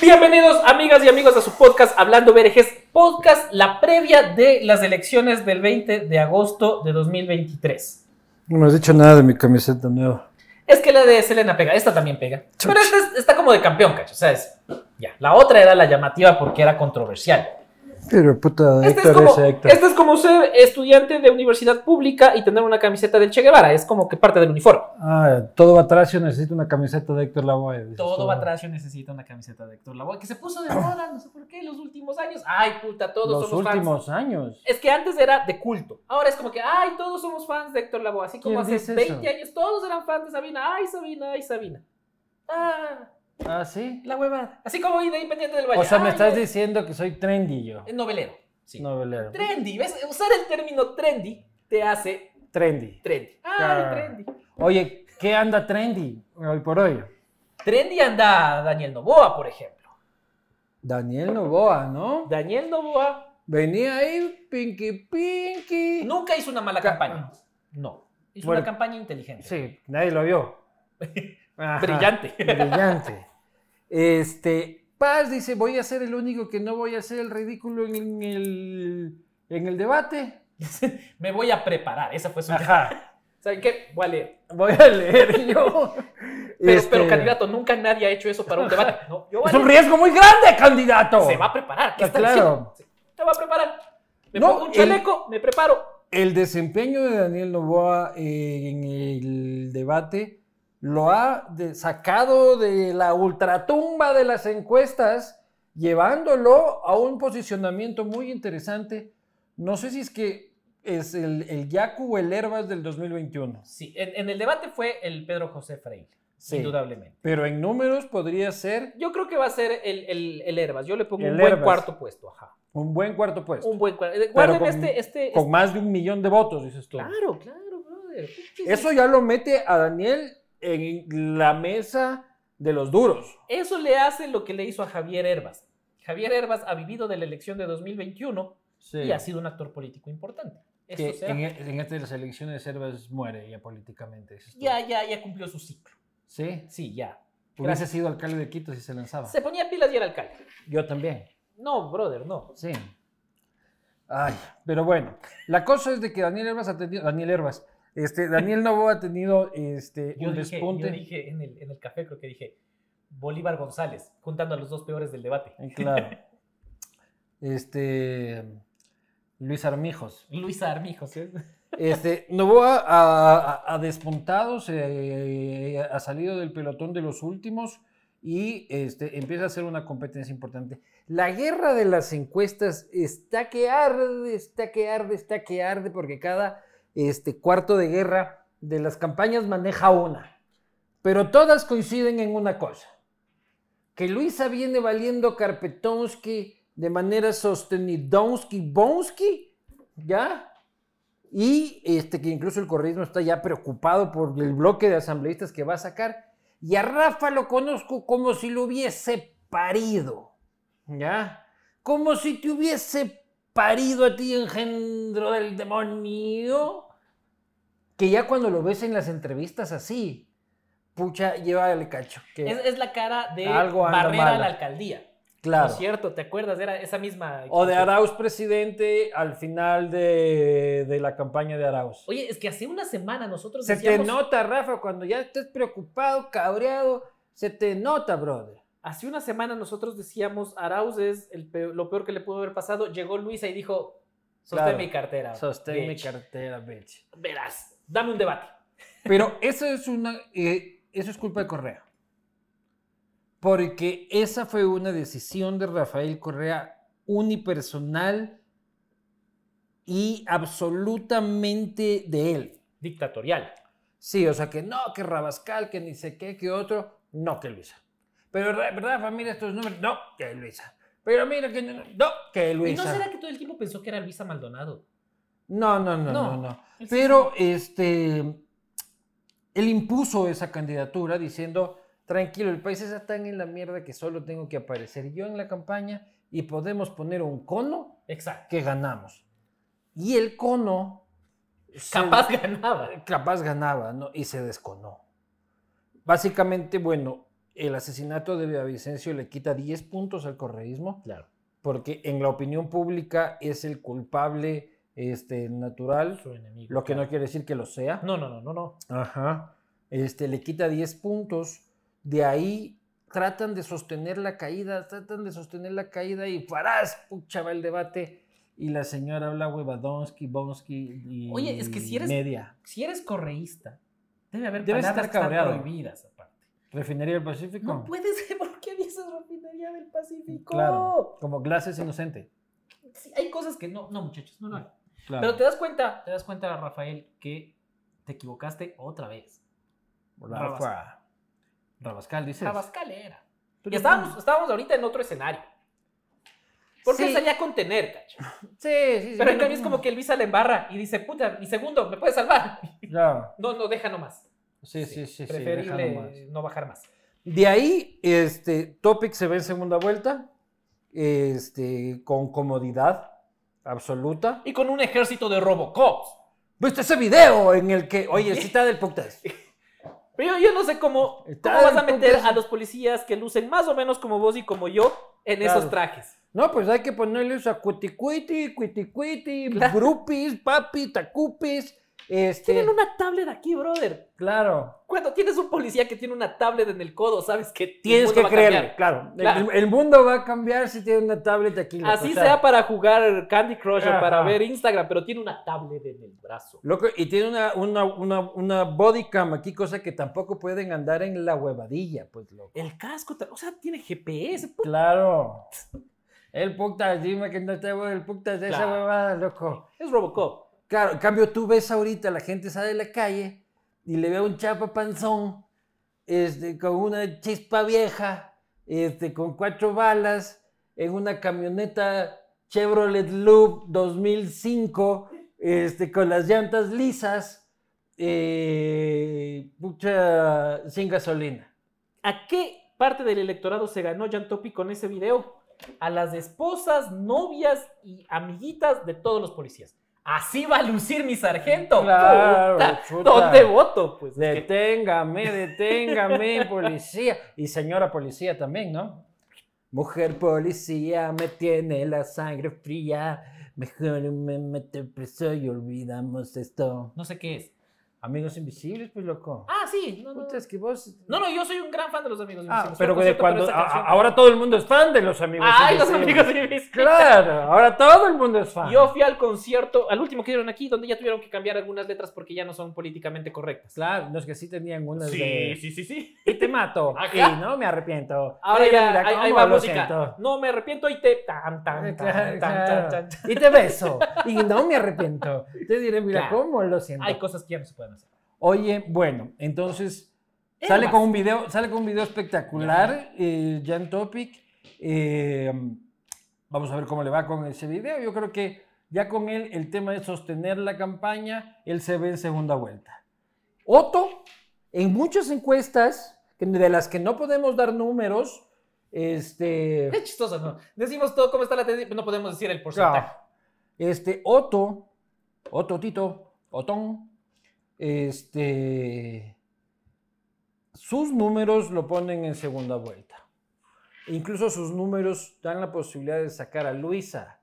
Bienvenidos amigas y amigos a su podcast Hablando Verejes, podcast la previa de las elecciones del 20 de agosto de 2023. No me has dicho nada de mi camiseta nueva. Es que la de Selena pega, esta también pega. Pero esta es- está como de campeón, cacho, ¿sabes? Ya, la otra era la llamativa porque era controversial. Pero puta, Este es, Héctor como, ese Héctor. este es como ser estudiante de universidad pública y tener una camiseta del Che Guevara, es como que parte del uniforme. Ah, todo va atrás, yo necesito una camiseta de Héctor Lavoe. dices Todo tú. va atrás, yo necesito una camiseta de Héctor Lavoe, que se puso de moda, no sé por qué, los últimos años. Ay, puta, todos Los somos fans. últimos años. Es que antes era de culto. Ahora es como que, ay, todos somos fans de Héctor Lavoe. Así como ¿Quién hace dice 20 eso? años, todos eran fans de Sabina. Ay, Sabina, ay, Sabina. Ah, Ah, sí. la hueva. Así como de Independiente del Valle. O sea, me Ay, estás ay, diciendo que soy trendy yo. es novelero. Sí. Novelero. Trendy, ¿ves? Usar el término trendy te hace Trendy. trendy. Ay, Ah, Claro. trendy. Oye, ¿qué anda trendy hoy por hoy? Trendy anda Daniel Novoa, por ejemplo. Daniel Novoa, ¿no? Daniel Novoa Venía ahí, pinky pinky. nunca hizo una mala Ca- campaña. No. Hizo Bueno. una campaña inteligente. Sí, nadie lo vio. Ajá. Brillante. Brillante. Este, Paz dice, voy a ser el único que no voy a hacer el ridículo en el, en el debate. Me voy a preparar. Esa fue su. Ajá. ¿Saben qué? Voy a leer. Voy a leer yo. Pero, Este, pero candidato, nunca nadie ha hecho eso para un debate. No, yo Es vale, un riesgo muy grande, candidato. se va a preparar. ¿Qué Ah, está claro. diciendo? Sí, Se va a preparar. Me No, pongo un el- chaleco, me preparo. El desempeño de Daniel Novoa eh, en el debate lo ha de- sacado de la ultratumba de las encuestas, llevándolo a un posicionamiento muy interesante. No sé si es que es el, el Yaku o el Herbas del 2021, Sí, en, en el debate fue el Pedro José Freire, Sí. indudablemente. pero en números podría ser Yo creo que va a ser el, el, el Herbas. Yo le pongo El un buen Herbas. cuarto puesto. Ajá. un buen cuarto puesto. Un buen cuarto. Eh, Guarden con- este, este, Con más de un millón de votos, dices tú. Claro, claro, brother. Eso ya lo mete a Daniel en la mesa de los duros. Eso le hace lo que le hizo a Javier Herbas. Javier Herbas ha vivido de la elección de 2021 y ha sido un actor político importante. Eso que será. en, e, en estas las elecciones Herbas muere ya políticamente. dices tú. Ya, ya, ya cumplió su ciclo. Sí. Sí, ya. Hubiese sido alcalde de Quito si se lanzaba. Se ponía pilas y era alcalde. Yo también. No, brother, no. Sí. Ay, pero bueno. La cosa es de que Daniel Herbas ha tenido. Daniel Herbas. Este, Daniel Novoa ha tenido este, Yo un dije, yo despunte. dije en, el, en el café, creo que dije Bolívar González, juntando a los dos peores del debate. Eh, Claro. Este. Luis Armijos. Luis Armijo, ¿sí? Este, Novoa ha, ha- ha despuntado, se, eh, ha salido del pelotón de los últimos y este, empieza a ser una competencia importante. La guerra de las encuestas está que arde, está que arde, está que arde, porque cada este, cuarto de guerra de las campañas maneja una. Pero todas coinciden en una cosa, que Luisa viene valiendo Karpetonsky de manera sostenidonsky, bonsky, ¿ya? y este, que incluso el correísmo está ya preocupado por el bloque de asambleístas que va a sacar. Y a Rafa lo conozco como si lo hubiese parido, ¿ya? Como si te hubiese parido a ti, engendro del demonio. Que ya cuando lo ves en las entrevistas así, pucha, llévale cacho. Que, Es, es la cara de Algo anda Barrera a mal. la alcaldía. claro. No es cierto, ¿te acuerdas? Era esa misma. O de Arauz presidente al final de, de la campaña de Arauz. Oye, es que hace una semana nosotros Se te decíamos. nota, Rafa, cuando ya estés preocupado, cabreado, se te nota, brother. Hace una semana nosotros decíamos Arauz es el peor- lo peor que le pudo haber pasado. Llegó Luisa y dijo: Sostén Claro. mi cartera. Sostén mi bitch. cartera, bitch. Verás, dame un debate. Pero eso es una, eh, eso es culpa de Correa. Porque esa fue una decisión de Rafael Correa unipersonal y absolutamente de él. Dictatorial. Sí, o sea, que no, que Rabascal, que ni sé qué, que otro, no, que Luisa. Pero Ra- Rafa, mira estos números, no, que Luisa. Pero mira que no, no, que ¿Y Luisa. no será que todo el tiempo pensó que era Luisa Maldonado? No, no, no, No. no, no. Pero este, él impuso esa candidatura diciendo, tranquilo, el país está tan en la mierda que solo tengo que aparecer yo en la campaña y podemos poner un cono Exacto. que ganamos. Y el cono... se- Capaz ganaba. capaz ganaba, ¿no? Y se desconó. Básicamente, bueno, el asesinato de Villavicencio le quita 10 puntos al correísmo, Claro. porque en la opinión pública es el culpable este, natural, Su enemigo. lo que no quiere decir que lo sea. No, no, no, no, no. Ajá. Este, le quita 10 puntos. De ahí tratan de sostener la caída, tratan de sostener la caída y ¡farás! Pucha, va el debate. Y la señora habla huevadonsky, bonsky y Oye, es que si eres- media. Si eres correísta, debe haber Debes palabras estar que están cabreado. prohibidas aparte. Refinería del Pacífico. No pues, puede ser porque dices refinería del Pacífico. Claro, como Glass inocente. Sí, hay cosas que no, no, muchachos, no, no. hagan. Claro. Pero te das cuenta, te das cuenta, Rafael, que te equivocaste otra vez. Rafa. Rabascal, dices. Rabascal era. Pero- Y estábamos, estábamos ahorita en otro escenario. Porque Sí. él salía a contener, cacho. Sí, sí, sí. Pero en cambio es como que Luisa la embarra y dice, puta, mi segundo, ¿me puedes salvar? Claro. No, no, deja nomás. Sí, sí, sí. sí, Preferible déjalo más. no bajar más. De ahí, este, Topic se ve en segunda vuelta, este, con comodidad absoluta. Y con un ejército de Robocops. ¿Viste ese video en el que, oye, sí está del podcast? Pero yo, yo no sé cómo, Está cómo vas a bien, meter entonces- a los policías que lucen más o menos como vos y como yo en Claro. esos trajes. No, pues hay que ponerle a cuiticuiti, cuiticuiti, Claro. grupis, papi, tacupis, este, Tienen una tablet aquí, brother. claro. Cuando tienes un policía que tiene una tablet en el codo, sabes que el Tienes mundo que va a cambiar. creerle, claro. El- Claro. El, mundo va a cambiar si tiene una tablet aquí. loco, Así o sea, sea para jugar Candy Crush o para Ajá. ver Instagram, pero tiene una tablet en el brazo. Loco, y tiene una, una, una, una body cam aquí, cosa que tampoco pueden andar en la huevadilla, pues, loco. El casco, ta- o sea, tiene GPS. pu- Claro. El putas, dime que no te voy el putas de esa Claro. huevada, loco. Es Robocop. Claro, en cambio tú ves ahorita, la gente sale de la calle y le ve a un chapa panzón este, con una chispa vieja, este, con cuatro balas, en una camioneta Chevrolet Loop 2005, este, con las llantas lisas, eh, pucha, sin gasolina. ¿A qué parte del electorado se ganó Jan Topi con ese video? A las esposas, novias y amiguitas de todos los policías. Así va a lucir mi sargento. Claro, Puta, chuta. ¿Dónde voto? Pues es que- Deténgame, deténgame, policía. Y señora policía también, ¿no? Mujer policía, me tiene la sangre fría. Mejor me mete preso y olvidamos esto. no sé qué es. Amigos invisibles, pues loco. Ah, sí. No, no, Puta, es que vos. no, no, yo soy un gran fan de los amigos. Ah, Invisibles. pero Fue de un concierto, cuando. pero esa a- a- canción- ahora todo el mundo es fan de los amigos Ay, los invisibles. amigos invisibles. Claro, ahora todo el mundo es fan. Yo fui al concierto, al último que dieron aquí, donde ya tuvieron que cambiar algunas letras porque ya no son políticamente correctas. Claro, no es que sí tenían unas Sí, de. sí, sí, sí. Y te mato. Ajá. Y no me arrepiento. Ahora Ay, ya, mira, ahí, ahí cómo va lo música. siento. No me arrepiento y te... Tan, tan, tan, Claro, tan, tan, claro. tan, tan. Eh, Y te beso. Y no me arrepiento. Te diré, mira, Claro. ¿cómo lo siento? Hay cosas que ya no se pueden hacer. Oye, bueno, entonces sale Elvas. con un video, sale con un video espectacular, eh, Jan Topic. Eh, vamos a ver cómo le va con ese video. Yo creo que ya con él el tema es sostener la campaña. Él se ve en segunda vuelta. Otto, en muchas encuestas que- de las que no podemos dar números, este. Es chistoso, ¿no? Decimos todo cómo está la tendencia, pero no podemos decir el porcentaje. Claro. Este, Otto, Otto Tito, Otón, este, sus números lo ponen en segunda vuelta. Incluso sus números dan la posibilidad de sacar a Luisa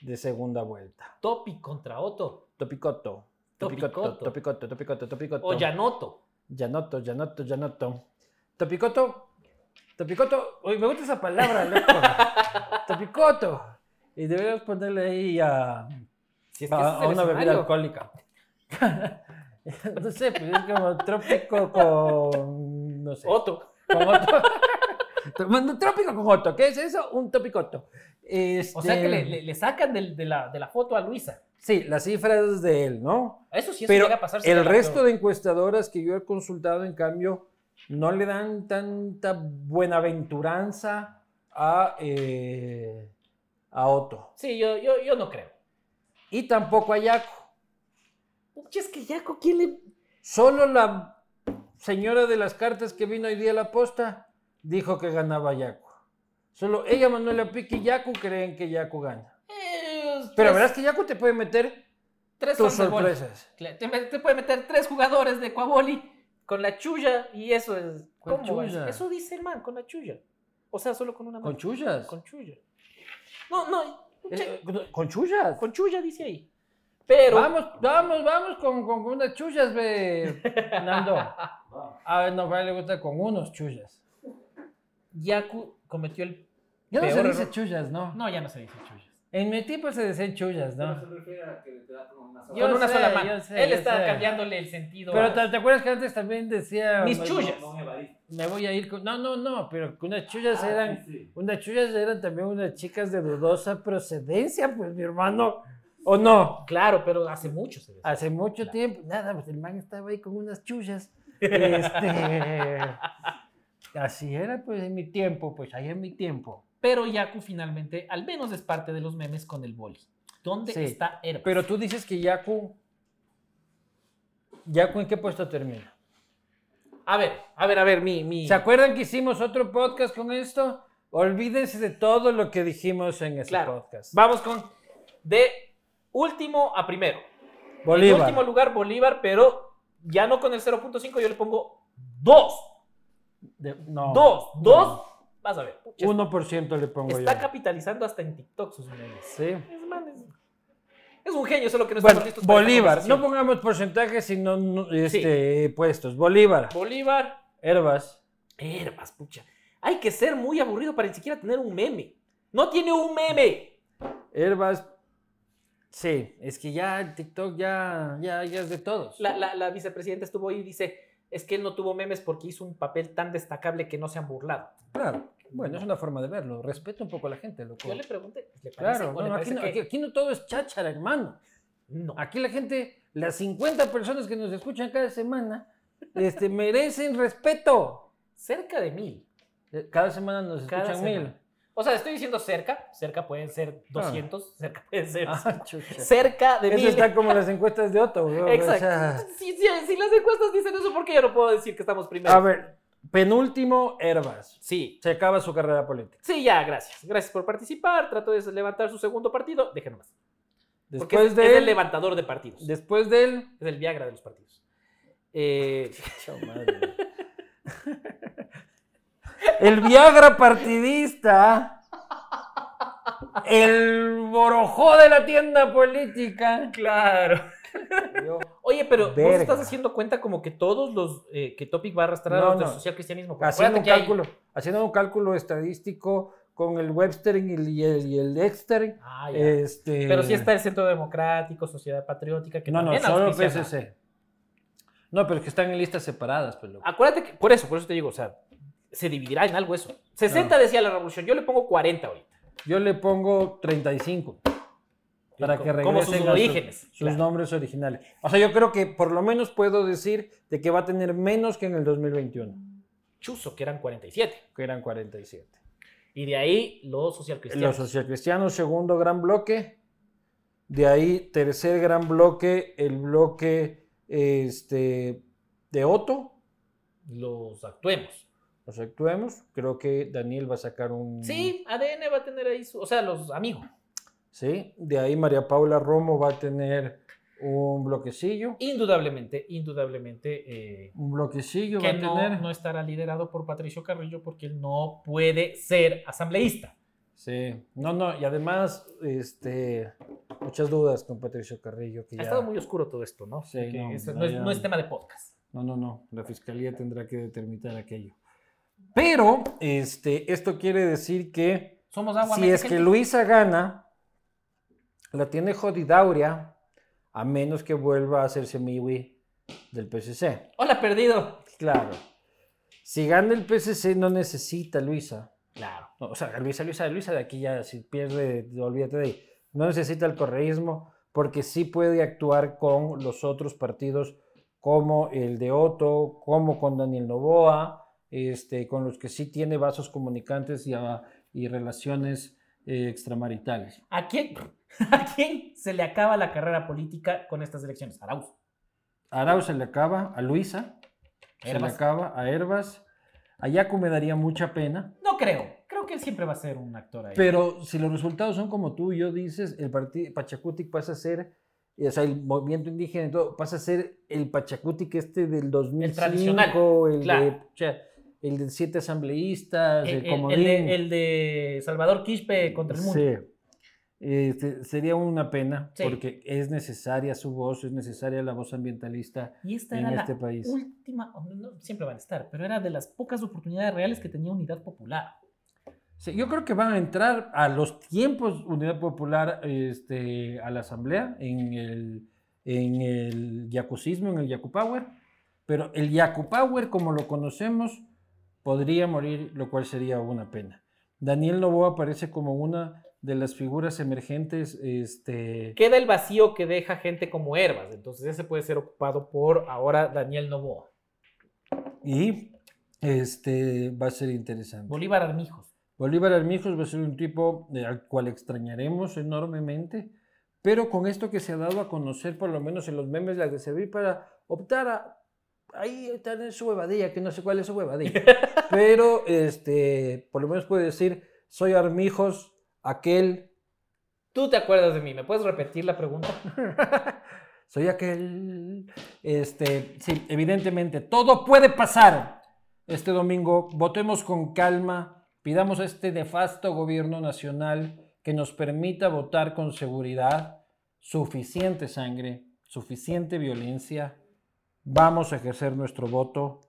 de segunda vuelta. Topi contra Otto Topicoto. Topicoto, Topicoto. topicoto, topicoto, topicoto. o Yanoto. Yanoto, Yanoto, Yanoto. Topicoto. Topicoto. Uy, me gusta esa palabra, loco. topicoto. Y deberíamos ponerle ahí a Si es que ese a, es a el una bebida escenario. alcohólica. no sé, pues es como trópico con. No sé. Otto. Con otro. Tomando trópico con otro. ¿Qué es eso? Un topicoto. O sea que Este, le, le- le sacan del- de, la, de la foto a Luisa. Sí, las cifras de él, ¿no? Eso sí es Pero llega a pasarse. el resto de encuestadoras que yo he consultado, en cambio, no le dan tanta buenaventuranza a, eh, a Otto. Sí, yo, yo, yo no creo. Y tampoco a Yaco. Pucha, es que Yaco, ¿quién le...? Solo la señora de las cartas que vino hoy día a la posta dijo que ganaba Yaku. Solo ella, Manuela Pique y Yaku creen que Yaku gana. Eh, Pero tres- verás que Yaku te puede meter tres tus handballs. sorpresas. Claro, Te, met- te puede meter tres jugadores de Coaboli con la chulla y eso es. ¿Cuál ¿cómo es? chulla? Eso dice el man, con la chulla. O sea, solo con una mano. Con chullas. Con chulla. No, no, che- Eh, Con chullas. con chulla dice ahí. Pero. Vamos, vamos, vamos con, con unas chullas, ve, Nando. A ver, no, a él le gusta con unos chullas. Yaku cometió el. Ya no se Peor dice error. chullas, ¿no? No, ya no se dice chullas. En mi tiempo se decían chullas, No se ¿no? refiere a que te da como una sola- Yo con una sé, sola mano. yo sé, Él yo está sé. cambiándole el sentido. Pero a- ¿te, te acuerdas que antes también decía... Mis No, no, chullas. no me evadí. Me voy a ir con... No, no, no, pero que unas chullas Ah, eran... sí, sí. Unas chullas eran también unas chicas de dudosa procedencia, pues, mi hermano. ¿O no? Claro, pero hace mucho se dice. Hace mucho Claro. tiempo, nada, pues el man estaba ahí con unas chullas. Este, así era, pues, en mi tiempo, pues, ahí en mi tiempo. Pero Yaku finalmente, al menos es parte de los memes con el boli. ¿Dónde Sí, está Herbas? Pero tú dices que Yaku. ¿Yaku en qué puesto termina? A ver, a ver, a ver, mi. mi... ¿Se acuerdan que hicimos otro podcast con esto? Olvídense de todo lo que dijimos en ese Claro. podcast. Vamos con. De último a primero. En último Bolívar. lugar, Bolívar, pero ya no con el 0.5, yo le pongo 2. De- no. 2. 2. Vas a ver. pucha, 1% le pongo está yo. capitalizando hasta en TikTok sus memes. Sí. Es, man, es- es un genio, solo que no Bueno, estamos listos para esta Bolívar. No conversación. pongamos porcentajes, sino no, este, puestos. Bolívar. Bolívar. Herbas. Herbas, pucha. Hay que ser muy aburrido para ni siquiera tener un meme. No tiene un meme. Herbas. Sí, es que ya el TikTok ya, ya, ya es de todos. La, la- la vicepresidenta estuvo ahí y dice, es que él no tuvo memes porque hizo un papel tan destacable que no se han burlado. Claro. Bueno, es una forma de verlo. Respeto un poco a la gente, loco. Yo le pregunté, ¿le parece? Claro, o le no, aquí, parece no, que aquí- aquí no todo es cháchara, hermano. no? Aquí la gente, las 50 personas que nos escuchan cada semana, este, merecen respeto. Cerca de mil. Eh, Cada semana nos Cada escuchan mil. semana. O sea, estoy diciendo cerca. Cerca pueden ser 200, cerca pueden ser... Ah, chucha. Cerca de Eso mil. está como las encuestas de Otto. güey, o sea, Exacto. Si, si- si las encuestas dicen eso, ¿por qué yo no puedo decir que estamos primero? a ver, penúltimo, Herbas. Sí. Se acaba su carrera política. Sí, ya, gracias. Gracias por participar. Trato de levantar su segundo partido. Déjenme más. Porque Después es, es de el él, levantador de partidos. después de él, Es el Viagra de los partidos. Eh, Chao, madre. El Viagra partidista. El borojó de la tienda política. claro. Yo- Oye, pero vos Verga. estás haciendo cuenta como que todos los eh, que Topic va a arrastrar a No, los del no. social cristianismo. porque Haciendo un acuérdate que hay- cálculo, haciendo un cálculo estadístico con el Webster y el, y el, y el Dexter. Ah, ya. este, pero sí está el Centro Democrático, Sociedad Patriótica, que No, no, también solo pues, eh, auspicia nada. PSC. No, pero es que están en listas separadas, pues, loco. Acuérdate que, por eso, por eso te digo, o sea, se dividirá en algo eso. 60 decía la revolución, yo le pongo 40 ahorita. Yo le pongo 35. Para que Como- como sus regresen a su- orígenes, Sus claro. nombres originales. O sea, yo creo que por lo menos puedo decir de que va a tener menos que en el 2021, Chuzo, que eran 47. que eran 47. Y de ahí los social Los cristianos. socialcristianos, segundo gran bloque. De ahí, tercer gran bloque, el bloque este, de Otto. Los actuemos. Los actuemos. Creo que Daniel va a sacar un. Sí, ADN va a tener ahí su. O sea, los amigos. Sí. De ahí, María Paula Romo va a tener un bloquecillo. Indudablemente, indudablemente. eh, Un bloquecillo va que a tener. no, no estará liderado por Patricio Carrillo porque él no puede ser asambleísta. Sí, no, no, y además, este, muchas dudas con Patricio Carrillo. Que Ha ya- estado muy oscuro todo esto, ¿no? Sí, Así que no, eso no, no es, ya- no es tema de podcast. No, no, no, la fiscalía tendrá que determinar aquello. Pero, este, esto quiere decir que Somos agua. si mete es que gente. Luisa gana, la tiene jodidauria, a menos que vuelva a hacerse miwi del PCC. Hola, perdido. Claro. Si gana el PCC, no necesita Luisa. Claro. No, o sea, Luisa, Luisa, Luisa de aquí ya, si pierde, olvídate de ahí. No necesita el correísmo porque sí puede actuar con los otros partidos como el de Otto, como con Daniel Novoa, este, con los que sí tiene vasos comunicantes y, a- y relaciones eh, extramaritales. ¿A quién, ¿A quién se le acaba la carrera política con estas elecciones? Arauz. A Arau se le acaba, a Luisa se le Herbas. acaba, a Herbas. A Yacu me daría mucha pena, No creo. Creo que él siempre va a ser un actor ahí. pero si los resultados son como tú y yo dices, el partido Pachacutic pasa a ser y, o sea, el movimiento indígena y todo, pasa a ser el Pachacuti que este del 2005, tradicional, el, claro. de, o sea, el de siete asambleístas, el, El, Eh, el- comodín. el de, el de Salvador Quispe contra el mundo. Sí. Este, sería una pena Sí. porque es necesaria su voz, es necesaria la voz ambientalista Y esta en era este la país. última, oh, no, no, siempre van a estar, pero era de las pocas oportunidades reales que tenía Unidad Popular. Sí, yo creo que van a entrar a los tiempos Unidad Popular este, a la Asamblea en el, en el yacucismo, en el Yacupower, pero el Yacupower como lo conocemos podría morir, lo cual sería una pena. Daniel Novoa aparece como una de las figuras emergentes este, Queda el vacío que deja gente como Herbas, entonces ese puede ser ocupado por ahora Daniel Novoa. y este, va a ser interesante. Bolívar Armijos. Bolívar Armijos va a ser un tipo eh, al cual extrañaremos enormemente, pero con esto que se ha dado a conocer, por lo menos en los memes, la que servir para optar a. Ahí está en su huevadilla, que no sé cuál es su huevadilla. Pero este, por lo menos puede decir: soy Armijos, aquel. ¿Tú te acuerdas de mí? ¿Me puedes repetir la pregunta? soy aquel. Este, sí, evidentemente, todo puede pasar este domingo. Votemos con calma, pidamos a este nefasto gobierno nacional que nos permita votar con seguridad, suficiente sangre, suficiente violencia. Vamos a ejercer nuestro voto.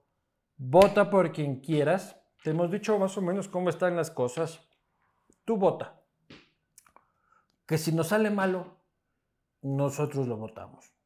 Vota por quien quieras. Te hemos dicho más o menos cómo están las cosas. Tú vota. Que si nos sale malo, nosotros lo votamos.